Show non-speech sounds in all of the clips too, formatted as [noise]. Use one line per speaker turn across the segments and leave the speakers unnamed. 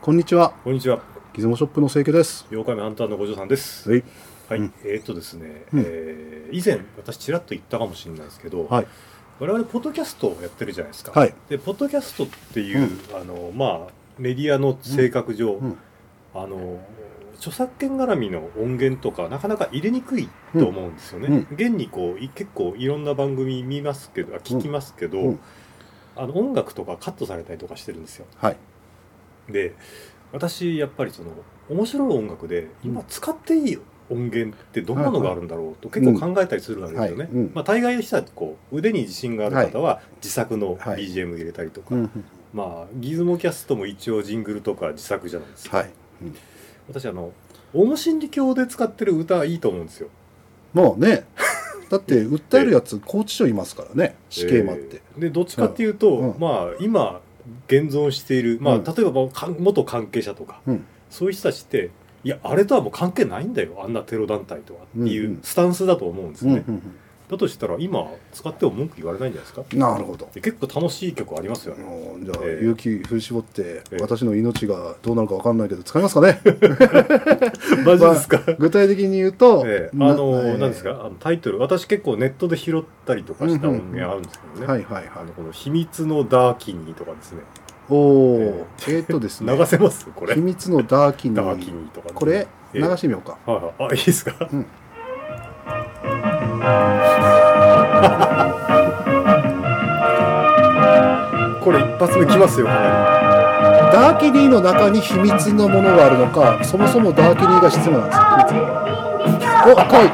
こんにちは。
こんにちは。
ギズモショップの清家です。
妖怪目ハンターの五条さんです。
はい。
はい。
うん
えーっとですね、
うん
えー以前私ちらっと言ったかもしれないですけど、
はい。
我々ポッドキャストをやってるじゃないですか。
はい
でポッドキャストっていう、あのまあメディアの性格上、
うんうん
あの著作権絡みの音源とかなかなか入れにくいと思うんですよね。
うん
現にこうい結構いろんな番組見ますけど、あ聞きますけど、
うんうん
あの音楽とかカットされたりとかしてるんですよ。
はい。
で私やっぱりその面白い音楽で今使っていい音源ってどんなのがあるんだろうと結構考えたりするわけです
う
よね。
んはいうん
まあ、大概の人はこう腕に自信がある方は自作の
はい
BGM 入れたりとか、
うん。
まあ、ギズモキャストも一応ジングルとか自作じゃないですか、
はい。うん
私あのオウム真理教で使ってる歌いいと思うんですよ。
まあ
[laughs]
ね。だって、訴えるやつ、拘置所いますからね。死刑まって。
えーでどっちかっていうと、
うん
まあ今現存している、まあ、
うん
例えばもうか元関係者とか、
うん
そういう人たちっていやあれとはもう関係ないんだよあんなテロ団体とはってい
ん
う
う
うんスタンスだと思うんです
う
よ
ん
ね、
うん
だとしたら今使っても文句言われないんじゃないですか
うん。なるほど。
で結構楽しい曲ありま
[laughs]
すよね、
もうじゃあ、
ええ
勇気振り絞って、
え
私の命がどうなるかわかんないけど、使いますか
[laughs]
ね。
マジですか、
具体的に言うと、
[laughs] ええあ
な
の
ええ
何ですかあのタイトル私結構ネットで拾ったりとかした音源あるんですけどね、
はいはいは
あ
い
の。この「秘密のダーキニー」とかですね
おお、え
え
ーっとですね
流。せますこれ
秘密のダーキニ
ダーキ
ー。
ニーとかね、
これ、
ええ
流してみようか。
はいはい、あいいですか、
うん
[laughs] これ一発目きますよかな
ダーキニーの中に秘密のものがあるのか、そもそもダーキニーが必要なんですよ。お、来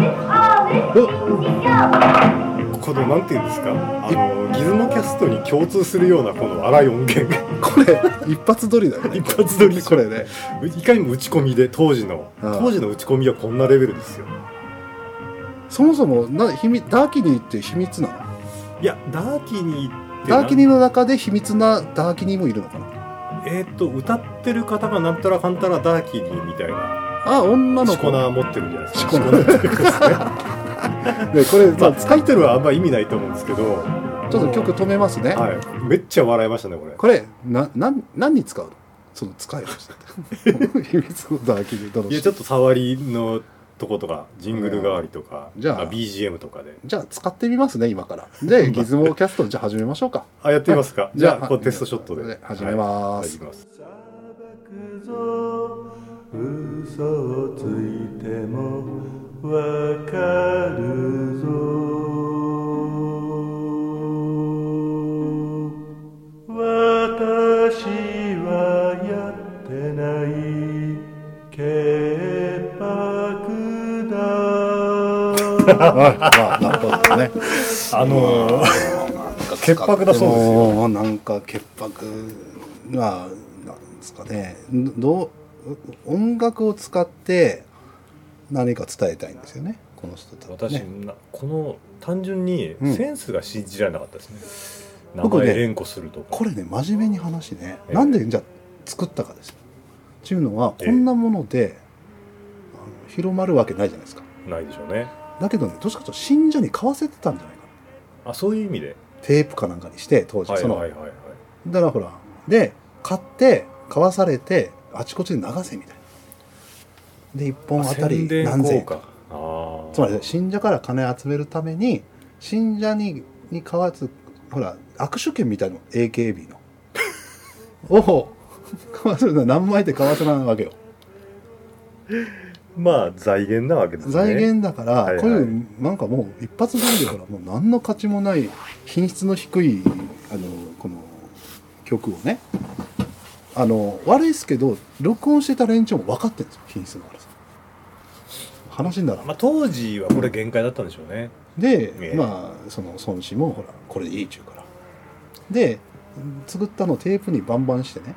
い。お、
りこのなんていうんですかあのギズモキャストに共通するようなこの荒い音源 [laughs] が
これ一発撮りだよね。
一発撮り
これね。
いかにも打ち込みで当時の
ああ
当時の打ち込みはこんなレベルですよ
そもそもな秘密ダーキニーって秘密なの？
いやダーキニーって
ダーキニ
ー
ーの中で秘密なダーキニーもいるのかな？
えーっと歌ってる方がなんたらかんたらダーキニーみたいな
あ、女の
シ
子
コ
ね。
ナー持ってるんじゃないですか
シコナー
シコナーっていうかですね
[laughs] これ、ま
ま
あ、
あ、タイトルはあんま意味ないと思うんですけど、
ちょっと曲止めますね。
はい、めっちゃ笑いましたね、これ。
これななん何に使うの？その使い
[laughs]
方って。秘密のダーキニーどの
いや、ちょっと触りのとことか、ジングル代わりとか、
じゃあ
ま BGM とかで。
じゃあ使ってみますね今から。で
[laughs]
ギズモキャストじゃあ始めましょうか。
あ、やってみますか。
じ
じ
ゃあ
ゃあ、こうテストショットで。
始めま
はい
す
始めます。
さばくぞ嘘をついてもわかるぞ私はやってない潔白だ
あ、なるほどね。
あのー、潔白だそうです
よ。なんか潔白が、なんですかね。どう、音楽を使って何か伝えたいんですよね。この人たち、ね。
私、なこの単純に
うん
センスが信じられなかったですね。名
僕ね
前連呼するとか。
これね、真面目に話ね。
ええ
なんでじゃあ作ったかですよ。っていうのは、
ええ
こんなもので、あの広まるわけないじゃないですか。
ないでしょうね。
だけどね、どっちかというと信者に買わせてたんじゃないかな。
あ、そういう意味で。
テープかなんかにして、当時、
はい
その
はいはいはい。
だからほらで買って買わされてあちこちで流せみたいなで1本あたり
宣伝
何千
効
円
果。ああ。
つまり信者から金集めるために信者にに買わずほら握手券みたいなの AKB のを買わせるのは何枚で買わせないわけよ
まあ、財源なわけですね。
財源だから、
はいはい
こういうなんかもう一発撮りでからもう何の価値もない品質の低いあのこの曲をねあの悪いですけど録音してた連中も分かってるんですよ品質の悪さ話にならない
まあ、当時はこれ限界だったんでしょうね。
で、
ええ
まあその孫子もほらこれでいいっちゅうからで作ったのをテープにバンバンしてね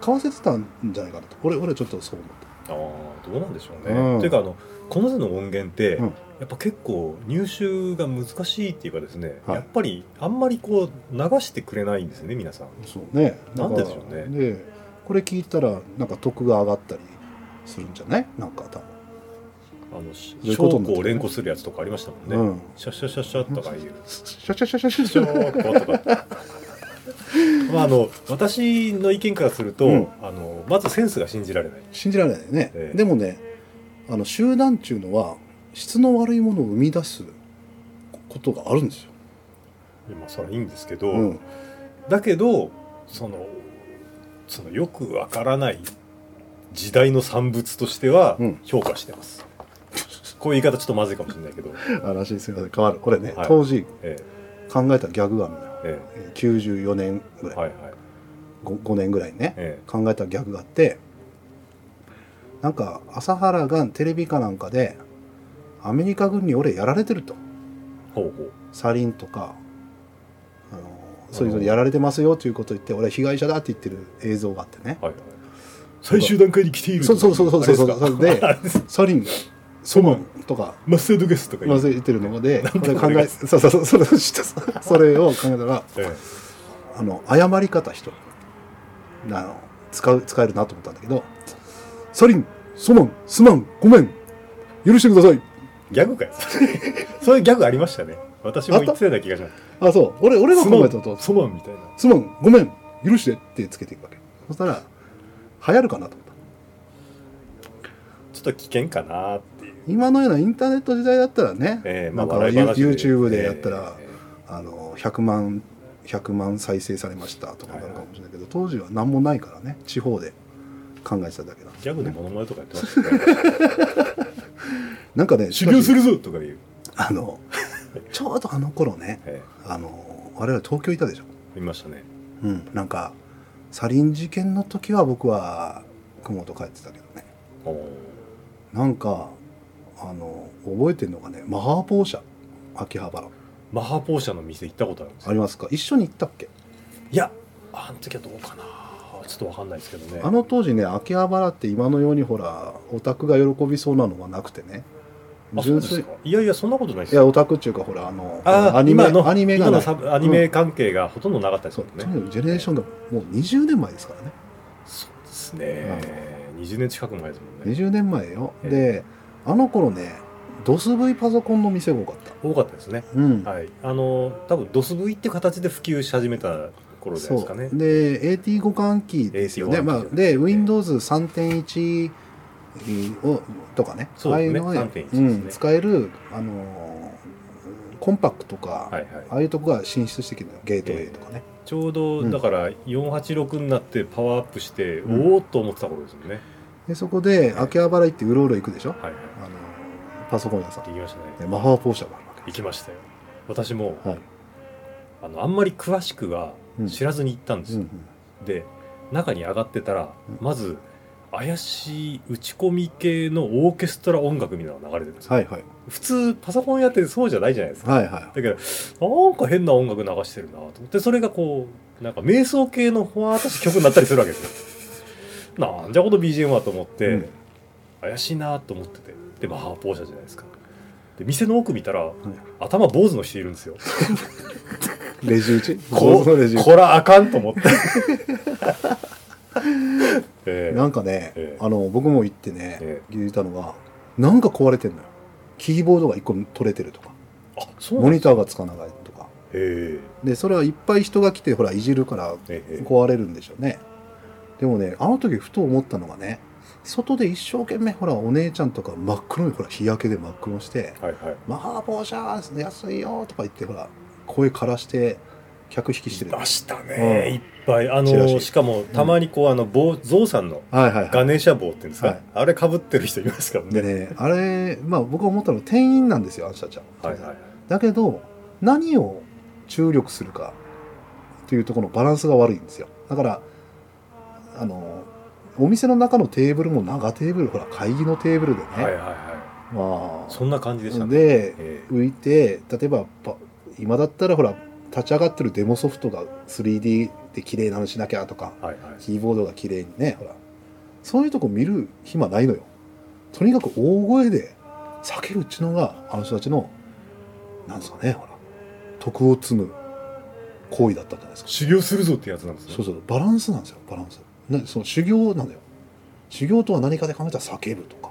買わせてたんじゃないかなと俺俺はちょっとそう思って
ああどうなんでしょうね。
うん
というかあのこの手の音源って、
うん
やっぱ結構入手が難しいっていうかですね、
はい
やっぱりあんまりこう流してくれないんですよね皆さん。
そうね。
なんででしょう
だから
ね
で、これ聞いたら、なんか得が上がったりするんじゃないなんか多
あのし
ういう
証
こと
拠
になってるね
を連呼するやつとかありましたもんね。
分。うん。
シャッシャッシャッシャッとかいう。
シャシャシャシャシャシ
証
ャ。
拠とか。まああの私の意見からすると、
うん
あのまずセンスが信じられない。
信じられないよね、
ええ
でもねあの集団っていうのは質の悪いものを生み出すことがあるんですよ、
まあそれはいいんですけど、
うん、
だけどそのそのよくわからない時代の産物としては
うん
評価してます、こういう言い方ちょっとまずいかもしれないけど、
話すいません変わるこれね、
はい
当時
え
考えたギャグがあるのよ
え
え
え
ー94年ぐら
え
い、
はいはい、
ご 5, 年ぐらいね、
え
考えたギャグがあってなんか朝原がテレビかなんかでアメリカ軍に俺やられてると
え、ほうほう
サリンとかあのそういうのにやられてますよということを言って俺は被害者だって言ってる映像があってね
はいはい最終段階に来ている
そうそうそうそうそうそう
あれですか
で
あれです
サリンソマンとか
[laughs] マスタードゲスとか言
ま
う
ず言ってるので
んで
俺考
お願
え
い
そうそうそうそれを知ったそれを考えた [laughs] ら
ええ
あの謝り方一人あの使う使えるなと思ったんだけど「サリンソマンすまんごめん許してください
ギャグかよ [laughs] そういうギャグありましたね私も言ってたような気がします」
あそう俺俺が
ス
考え
マン
たのと
ソマンみたいな
「すまんごめん許して」ってつけていくわけそしたら流行るかなと思った
ちょっと危険かなっていう、
今のようなインターネット時代だったらね、
ええ
なんか
笑い
You-
話
YouTube でやったら、
ええ
あの100万100万再生されましたとかなるかもしれないけど、当時は何もないからね地方で考えてただけなんです
ギャ
よ
グの
ね
モノマネとかやってましたね
なんかね
修行す
る
るぞとか言う、
あの [laughs] ちょうどあの頃ね
え
あの我々東京いたでしょ、
え、見ましたね
うん、なんかサリン事件の時は僕は熊本帰ってたけどね
おー
なんかあの覚えてるのがねマハーポー社秋葉原
マハポーシャの店行ったことあるんです
あ
よ
りますか一緒に行ったっけ
いやあの時はどうかなちょっとわかんないですけどね
あの当時ね秋葉原って今のようにほらオタクが喜びそうなのはなくてね
あそうですかいやいやそんなことないで
い
す
や
よ
オタクっていうかほらあの
あ
アニメ
今の
アニメがな
今
い
のサブアニメ関係がほとんどなかったです
そう
もん
と
ね、
にかくジェネレーションがもう20年前ですからね
そうですね、20年近く前ですもんね
20年前よ
ええ
であの頃ねドス V パソコンの店が多かった
多かったですね
うん、
はいあの多分ドス V っていう形で普及し始めた頃じゃないですかね
で AT 互換機ですよね、
AT
ま
互
あ
換機、
で Windows3.1 をとかね
そうですね
ああいうのう
3.1です
ん、
ね
使えるあのーコンパクトとか、
はいはい
ああいうとこが進出してきてるのよゲートウェイとかね、
ちょうど
うん
だから486になってパワーアップして、
うん
おおっと思ってた頃ですもんね、
でそこで秋葉原行ってうろうろ行くでしょ、
はいは
あ
い
のーパソコン屋さん
行きましたね
でマハーポーシャがあるわ
行きましたよ私も
けはい、
あのあんまり詳しくは
うん
知らずに行ったんです
うんう
よ、
ん
で中に上がってたら、
うん
まず怪しい打ち込み系のオーケストラ音楽みたいなのが流れてるんですよ、
はいはい
普通パソコンやっててそうじゃないじゃないですか
はいはい
だけどなんか変な音楽流してるなと思ってそれがこうなんか瞑想系のほわーっとした曲になったりするわけですよなんじゃこの BGM はと思って、
うん
怪しいなと思っててでまあ発砲者じゃないですかで店の奥見たら、
い
頭坊主の人いるんですよ
レジ打ち
こ
のレジ打ち
こらあかんと
[laughs]
思ってええ
なんかね、
ええ
あの僕も行ってね、
え
言ったのがなんか壊れてんのよキーボードが1個取れてるとか
あそうな
モ
んで
ニ
す
ターがつかないとか
え
でそれはいっぱい人が来てほらいじるから
えええ
壊れるんでしょうねでもねあの時ふと思ったのがね外で一生懸命ほらお姉ちゃんとか真っ黒にほら日焼けで真っ黒にして
はいはい
「マーボーシャー安いよ」とか言ってほら声枯らして客引きしてる
出したね、
うん
いっぱいあ
チラ
の
シ
しかもたまにこうあの棒ゾウさんの
はいはいは
ガネーシャ棒っていうんですか、
はい
あれかぶってる人いますから
いで
ね
ねあれまあ僕は思ったのは店員なんですよあの人たちは、
はいはい
だけど何を注力するかっていうところのバランスが悪いんですよだからあのお店の中のテーブルも長テーブルほら会議のテーブルでね、
はいはいは
ま
い
あ
そんな感じでしたね
で
え
浮いて例えばパ今だったらほら立ち上がってるデモソフトが 3D で綺麗なのしなきゃとか
えはいはい
キーボードが綺麗にねほらそういうとこ見る暇ないのよとにかく大声で叫ぶっちゅうのがあの人たちのなんですかねほら徳を積む行為だったんじゃないですか
修行するぞってやつなんですね
そうそうバランスなんですよバランスねその修行なんだよ修行とは何かで考えたら叫ぶとか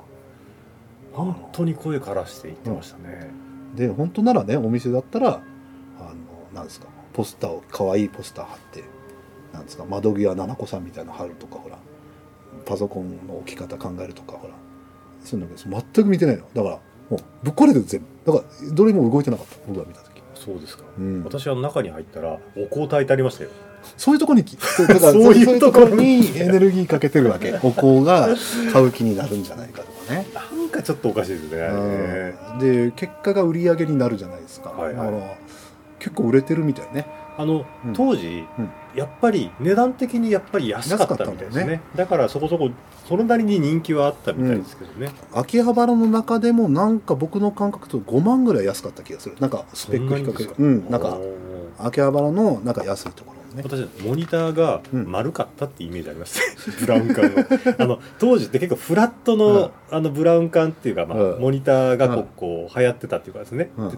本当に声からして言ってましたね、
で本当ならねお店だったらあのなんですかポスターを可愛いポスター貼ってなんですか窓際七子さんみたいなの貼るとかほらパソコンの置き方考えるとかほらそういうのが全く見てないのだからもうぶっ壊れてる全部だからどれも動いてなかった僕が見た時、
そうですか、
うん
私は中に入ったらお香炊いてありましたよ
そういうとこにきだから
そういうとこに
そういうとこにエネルギーかけてるわ
[laughs]
けここが買う気になるんじゃないかとかね
なんかちょっとおかしいですね、
うんで結果が売り上げになるじゃないですか、
はい
だ
はい
から結構売れてるみたいね
あの、
うん
当時、
うん
やっぱり値段的にやっぱり安かったみたいです
安かった
ね
んだよ
だからそこそこそれなりに人気はあったみたいですけどね、
秋葉原の中でもなんか僕の感覚と5万ぐらい安かった気がするなんかスペック比較
そ
うん
にです
んなんか
おー
秋葉原のなんか安いところね
私モニターが
うん
丸かったってイメージあります、 [laughs] ブラウン管のあの当時って結構フラットの,、あのブラウン管っていうか、まあ
うん
モニターがこう
うん
こう流行ってたっていうかですね、
うん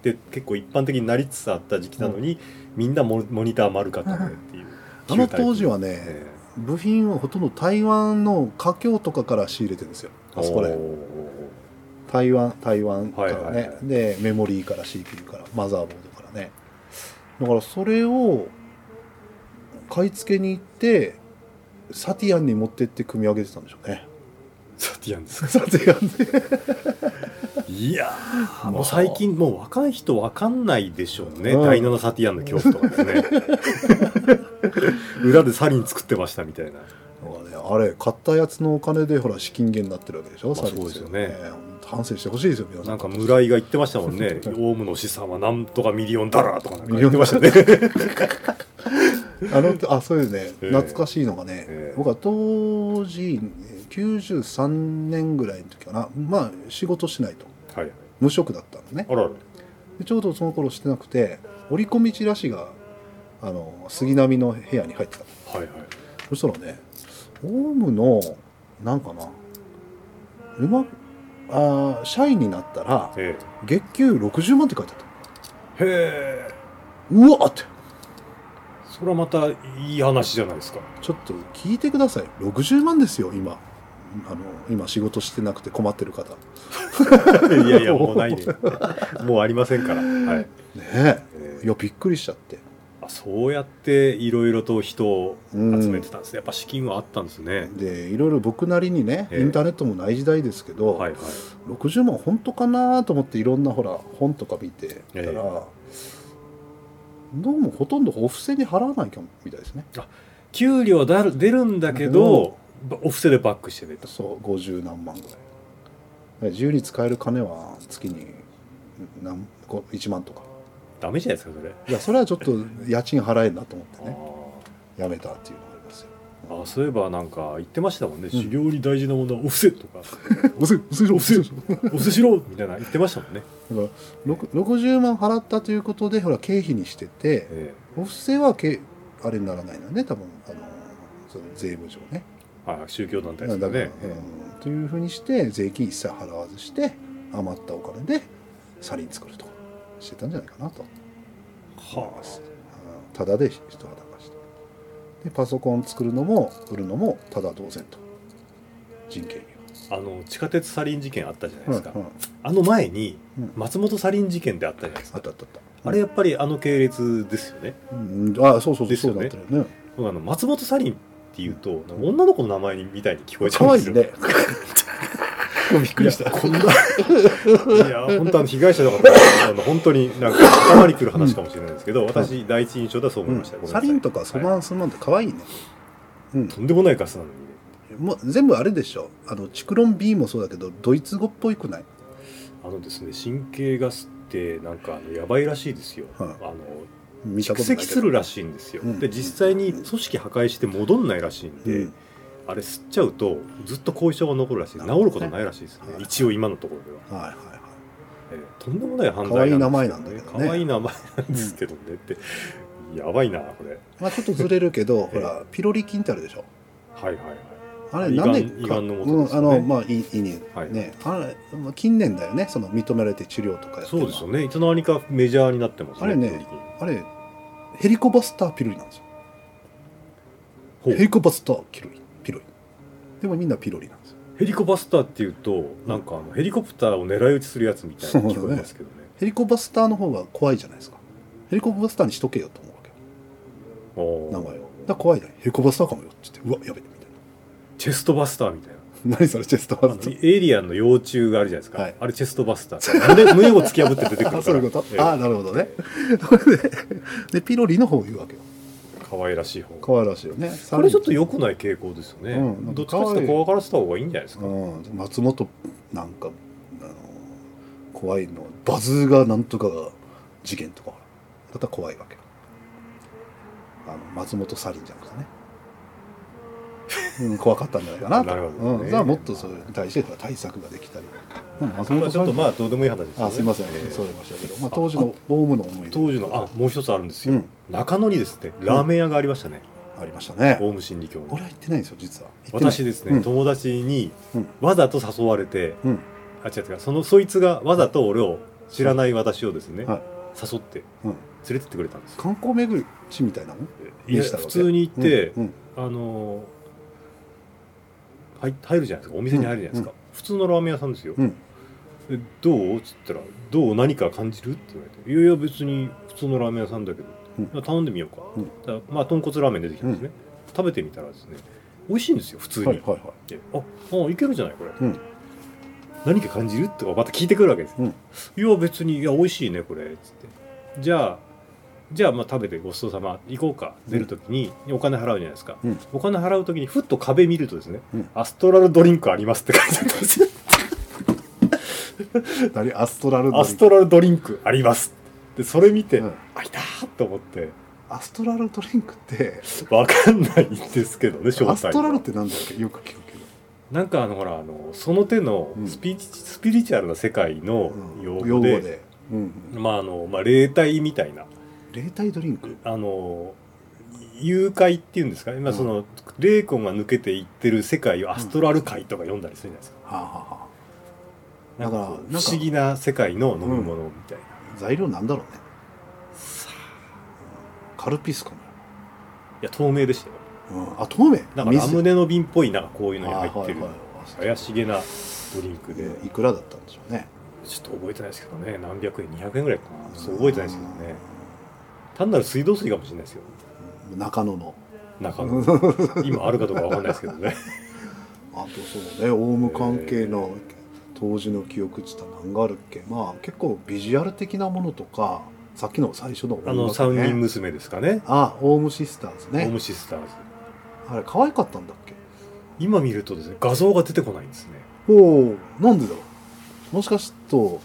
でで結構一般的になりつつあった時期なのに、みんなモモニター丸かったねっていう、
あの当時は
え
ね
え
部品をほとんど台湾の華僑とかから仕入れてるんですよあそこ
お
で
ー
台湾台湾からね、
はいはいはい
でメモリーから CPU からマザーボードからねだからそれを買い付けに行ってサティアンに持ってって組み上げてたんでしょう
[laughs]
ね
サティアンですか
サティアンで
いやー
も
も
う
う最近もう若い人わかんないでしょうね、
うん
第7サティアンの恐怖とかですね [laughs] 裏でサリン作ってましたみたいな
だからねあれ買ったやつのお金でほら資金源になってるわけでしょ、
まあ
サリン
そうですよね
本当反省してほしいですよ皆さ
なんんか村井が言ってましたもんね、オウムの資産はなんとかミリオンダラーとかなんか
ミリ
言
オ
っ
ンダ
て
ラ
ましたね。
あのあそういうね、
[laughs] ええ
懐かしいのがね、
ええ
僕は当時93年ぐらいの時かなまあ仕事しないと
はい、
無職だったのね
あらら、
でちょうどその頃してなくて折り込みチラシがあの杉並の部屋に入ってたの
はいはい。
そしたらねオウムのなんかなうまあー社員になったら
え
月給60万って書いてあった
え、へえ、
うわって
それはまたいい話じゃないですか。
ちょっと聞いてください60万ですよ今あの今仕事してなくて困ってる方
[laughs] いやいや、もうないね。もうありませんから。はい。
ね
え
えいやびっくりしちゃって
あそうやっていろいろと人を集めてたんですね。やっぱ資金はあったんですね。
でいろいろ僕なりにね
ええ
インターネットもない時代ですけど、
はいはい。
60万本当かなと思っていろんなほら本とか見てたら、
ええ
どうもほとんどお布施に払わないかもみたいですね
給料だる出るんだけど、ばお布施でバックして出た。
そう50何万ぐらいだから自由に使える金は月に何こ1万とか
ダメじゃないですか、それ。
いやそれはちょっと家賃払えんなと思ってね
あー
やめたっていうのがありますよ
あそういえばなんか言ってましたもんね、修行に大事なものはお布施とか
おせ [laughs] おせおせ
[laughs] お布施しろみたいな言ってましたもん
[laughs]
ね、
だからろく60万払ったということでほら経費にしてて
え
お布施はけあれにならないのね多分あのその税務上ね
えはい宗教団体で
だ
す
か、
からね、
うんというふうにして税金一切払わずして余ったお金でサリン作るとかしてたんじゃないかなと思い
は
ます、うんただで人肌貸してでパソコン作るのも売るのもただ同然と人件
ああの地下鉄サリン事件あったじゃない
費
ですか、
うんうん
あの前に
うん
松本サリン事件ってあったじゃないです
あ
か、
ったあったあった
あれやっぱりあの系列ですよね
うんうんあそうそうそう
です
そう
よ
だっ
ね
たよね
あの松本サリンっていうと女の子の名前みたいに聞こえちゃ
可
うん
愛
で
い
すよ
ね
[laughs] びっくりしたこんないや本当あの被害者の方あの本当になんか頭にくる話かもしれないですけど、私第一印象ではそう思いました、ごめん
サ
なさい
リンとかそばんすんなんて可愛いね、
とんでもないガスなのにね
もう全部あれでしょあのチクロン B もそうだけどドイツ語っぽいくない
あのですね神経ガスってなんかあのやばいらしいですよ、
はい
あの
見た
蓄
ことない
積
けど
するらしいんですよ、
うん
で実際に組織破壊して戻んないらしいんで、
うん
あれ吸っちゃうとずっと後遺症が残るらしい
な
治
るほど
る
ね
ことないらしいですね、
はい
一応今のところでは、
はいはいはい
えーとんでもない犯罪
可愛い名前
で
な
す
んだけど
可
ね
愛い名前なんですけどねって、やばいなこれ
まあちょっとずれるけど、
[laughs] ええ
ほらピロリ菌ってあるでしょ
はいはいはい
あれ
胃が
なん
ん
で
胃がんの元
う
です
ん、あ
よね
のまあいいいいね,、
はい
ねあれまあ近年だよねその認められて治療とかやって
そうですよ
ね
ねいつの間にかメジャーになってますね
あれね
ピロリ菌
あれヘリコバスターピロリなんですよ
ほう
ヘリコバスターピロリピロリでもみんなピロリなんですよ
ヘリコバスターっていうとなんかあのヘリコプターを狙い撃ちするやつみたいに聞こえますけどね
ヘリコバスターの方が怖いじゃないですかヘリコバスターにしとけよと思うわけよ
おー
名前をだ怖いなへこバスターかもよって言ってうわやべみたい
チェストバスターみたいな
な [laughs] 何それチェストバ
あ
スタ
の
ー
エイリアンの幼虫があるじゃないですか、
はい
あれチェストバスターなんで胸を突き破って出てくるから
あ [laughs] そういうこと、
え
ああ
え
なるほどね [laughs] それででピロリの方を言うわけよ
可愛らしい方
可愛らしいよね
これちょっと良くない傾向ですよね、
うんなん
どっ
か
ち
可
か
愛い
っていうと怖がらせた方がいいんじゃないですか、
うん、松本なんかあの怖いのバズーがなんとかが事件とかだったら怖いわけよあの松本サリンじゃなくてね、うん、怖かったんじゃないかなと
[laughs] なるほどね
うん、じゃあもっとそれに対して対策ができたり、うん、松
まあ、ちょっとまあどうでもいい話ですよね
あすいません、
ええ
そう言いましたけど、まあ、当時のオウムの思い出
当時のあもう一つあるんですよ、
うん
中野にですねラーメン屋がありましたね、
ありましたね
オウム真理教
俺は行ってないんですよ実は行ってない
私ですね、
うん
友達に
うん
わざと誘われて、
うん
あ違う違うそのそいつがわざと俺を知らない私をですね、
はい
誘って
うん、
連れてってくれたんですよ
観光巡り地みたいなの
いや
でしたわ
普
け
通に行って、
うんうん
あのー入入るじゃないですかお店に入るじゃないですか、普通のラーメン屋さんですよ、
うん
でどうっつったら「どう何か感じる?」って言われて「いやいや別に普通のラーメン屋さんだけど、
うん
じゃあ頼んでみようか」
うん
だからまあ豚骨ラーメン出てきたんですね、食べてみたらですね美味しいんですよ普通に、
はいはいはい
でああいけるじゃないこれ、
うん
何か感じるとかまた聞いてくるわけです、
うん
いや別にいや美味しいねこれっつってじゃあじゃあまあ食べてごちそうさま行こうか
ん
出るときにお金払うじゃないですか、
うん
お金払うときにふっと壁見るとですね、
うん
アストラルドリンクありますって書いてあったん
[laughs]
ですよ
誰アストラルド
ア
リ
ス
ン
トラルドリンクありますでそれ見て、
うん
あいたーと思って
アストラルドリンクって
わかんないんですけどね正体は
アストラルってなんだっけよく聞くけど
なんかあのほらあのその手のスピ,、スピリチュアルな世界の
うん
用語で,、
用語で、うん、
まああの、まあ、霊体みたいな
霊体ドリンク
あの誘拐っていうんですか今その、霊魂が抜けていってる世界をアストラル界とか読んだりするじゃないですか、
はあ、はあは
なんかこう
だからなんか
不思議な世界の飲み物みたいな、
あ、材料なんだろうねカルピスか
いや透明でしたよ
な、うん、あ透明
なんかラム
で
ネの瓶っぽいなんかこういうのに入ってる、
はいはい
怪しげなドリンクで、
でいくらだったんでしょうね
ちょっと覚えてないですけどね何百円200円ぐらいかなちょっと覚えてないですけどね単なる水道水かもしれないですよ
うん中野の
中 [laughs] の今 [laughs] あるかどうかわかんないですけどね
あとそうねオウム関係の当時の記憶って言ったら何があるっけまあ結構ビジュアル的なものとかさっきの最初の音
あ
楽ね
の三人娘ですかね
あオウムシスターズ
ホ
ね
ームシスターズ
あれ可愛かったんだっけ
今見るとですね画像が出てこないんですね
おおなんでだろうもしかすると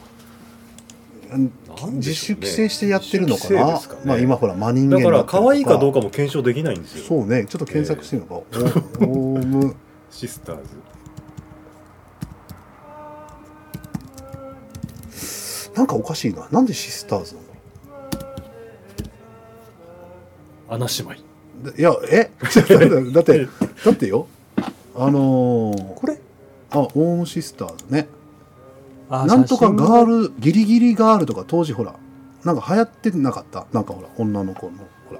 うん
なんで
自
し
主
ょうね
規制してやってるのか
自主規制
な
ですかね
まあ今ほら真人間
だから可愛いかどう
か
かも検証できないんですよ
そうねちょっと検索してみようか、オウム
シスターズ
なんかおかしいななんでシスターズな
穴姉妹
のだいやえ [laughs] ちょっと待ってだってだってよあのー、
これ
あオウムシスターズね [laughs] なんとかガ
ル
ールギリギリガールとか当時ほらなんか流行ってなかったなんかほら女の子のほら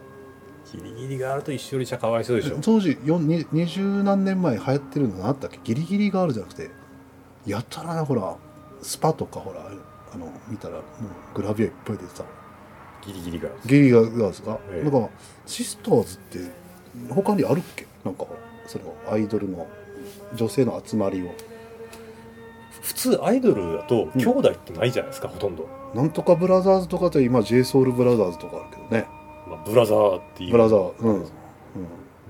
ギリギリガールと一緒よりじゃかわいそうでしょ
当時よんに二十何年前流行ってるの何あったっけギリギリがあるじゃなくてやたらなほらスパとかほらあの見たらもうグラビアいっぱい出てた
ギリギリガール
ギリギリがあるですか、
ええ
なんかシスターズって他にあるっけなんかほらそのアイドルの女性の集まりを
普通アイドルだと
うん
兄弟ってないじゃないですか、ほとんど、
なんとかブラザーズとかと今 j ソ o ルブラザーズとかあるけどね
まあ、ブラザーっていう
ブラザーうん、うん、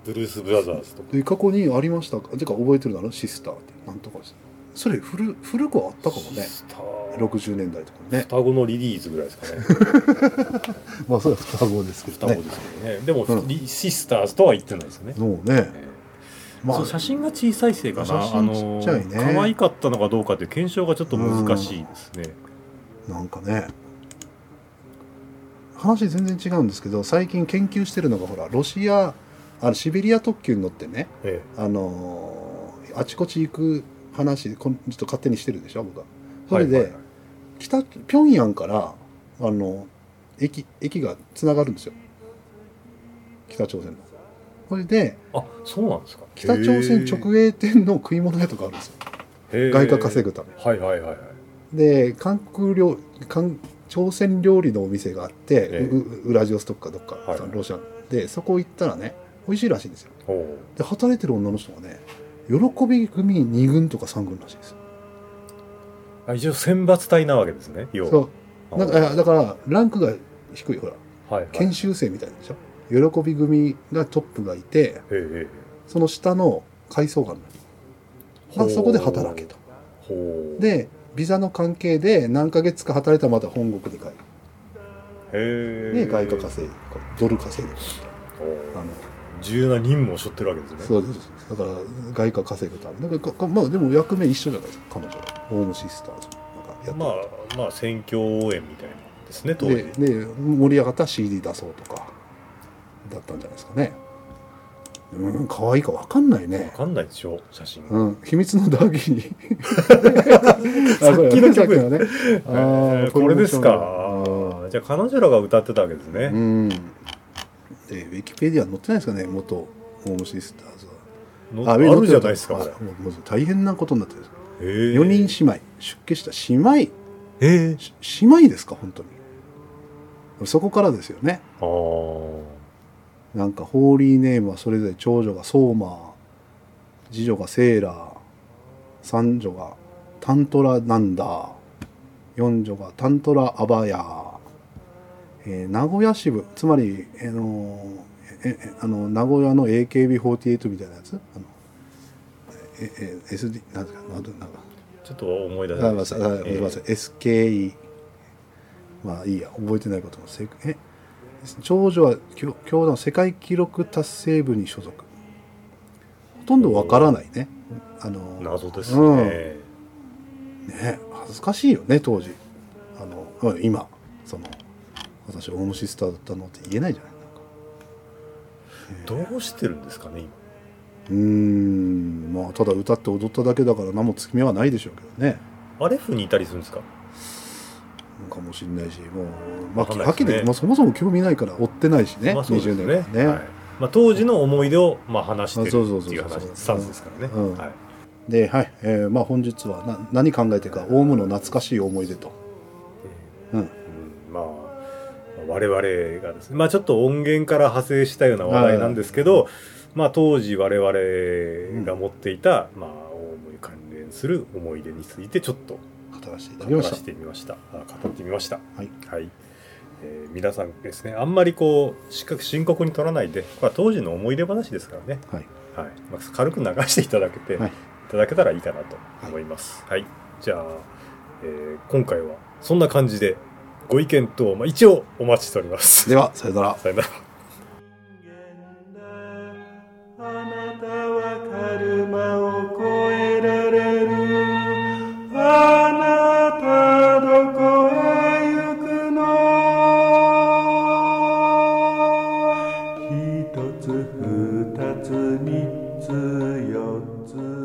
ブルース・ブラザーズとか
で過去にありましたかてか覚えてるだろシスターってなんとかですそれ古古くはあったかもね
シスター
60年代とかね
双子のリリーズぐらいですかね
[laughs] まあそれは双子ですけ
双
ど
子
ね
で。すけどねでも、
うん
リシスターズとは言ってないですよね、
そうね。まあ
そう写真が小さいせいかな
写真
あの
ちっちゃいね
可愛かったのかどうかっていう検証がちょっと難しいですね、
なんかね。話全然違うんですけど、最近研究してるのがほらロシアあのシベリア特急に乗ってね、
え
あのーあちこち行く話こんちょっと勝手にしてるでしょ僕は。それで、
はいはいはい
北平壌からあの駅駅がつながるんですよ。北朝鮮の。それで
あそうなんですか
北朝鮮直営店の食い物屋とかあるんですよ。外貨稼
ぐ
ぐため。
はいはいはいはい
で韓国料韓朝鮮料理のお店があって、
ええ
ウウウラジオストクかどっか、
はいはい
ロシアでそこ行ったらね美味しいらしいんですよ
おう
で働いてる女の人がね喜び組2軍とか3軍らしいですよ
あ一応選抜隊なわけですね要は
そうなんかい
あ
やだからランクが低いほら
はいはい
研修生みたいなんでしょ喜び組がトップがいて
えええ
その下の階層があるの
ほ
ま
う
あそこで働けと
えほうへ
でビザの関係で何ヶ月か働いたらまた本国に帰
え
るで外貨稼いでドル稼いで
ほう
あの
重要な任務を背負ってるわけですね
そうですだから外貨稼ぐためだからかかまあでも役目一緒じゃないですか彼女はホームシスターズなんかやって
まあまあ選挙応援みたいなですね当時
でで盛り上がったら CD 出そうとかだったんじゃないですかねうん可愛いか分かんない
わ
ね
かんないでしょ写真
うん秘密のダーギー
[laughs]
に
さっきの
あ
曲
これはねさっきのねあ
え
ー
ーこれですか
う
あーじゃあ彼女らが歌ってたわけですね、
んでウィキペディアに載ってないですかね元ホームシスターズは
のあるじゃないですか
あ
これ
もうもう大変なことになってる
4
4人姉妹出家した姉妹
ええ
し姉妹ですか本当にそこからですよね
ああ
なんかホーリーネームはそれぞれ長女がソーマー次女がセーラー三女がタントラなんだ四女がタントラアバヤー、えー名古屋支部つまり、えーのーええあの名古屋の AKB48 みたいなやつあのえええ SD なんですかなんなんか
ちょっと思い出せ
あ
ない
まあ
です
さ
ね
あごめんなさい SKE まあいいや覚えてないこともせえ長女は教教団世界記録達成部に所属ほとんどわからないねあ
え
の
ー謎ですね、
うんね恥ずかしいよね当時あのうん今その私オウムシスターだったのって言えないじゃないなんか
どうしてるんですかね
うーんまあただ歌って踊っただけだから何もつき目はないでしょうけどね
今アレフにいたりするんですか
かもしれないし、もう、まあ、
わかんないですね
はっきり言って、まあ、そもそも興味ないから追ってないしね、
まあそうです
20年間ね、
はいまあ、当時の思い出をまあ話してる
あ
って
そうそうそうそう
いう話スタンスですからね、
うん
はい、
で、はい、えーまあ、本日はな何考えてるか、オウムの懐かしい思い出と。うん、
うんまあ我々がですねまあちょっと音源から派生したような話題なんですけど、まあ当時我々が持っていた、まあオウムに関連する思い出についてちょっと
語らせていただき
語
ま
ら
した
せ。てみましたあ語ってみました
はい、
はい、えー皆さんですねあんまりこうしっかり深刻に取らないで、まあ、当時の思い出話ですからね、
はい、
はいまあ、軽く流していただけて、
はい
い、ただけたらいいかなと思います、はいじゃあ、えー今回はそんな感じでご意見等、まあ、一応お待ちしております
では、さよなら。
さよなら
人間だあなたはカルマを越えられるあなたどこへ行くの一つ二つ三つ四つ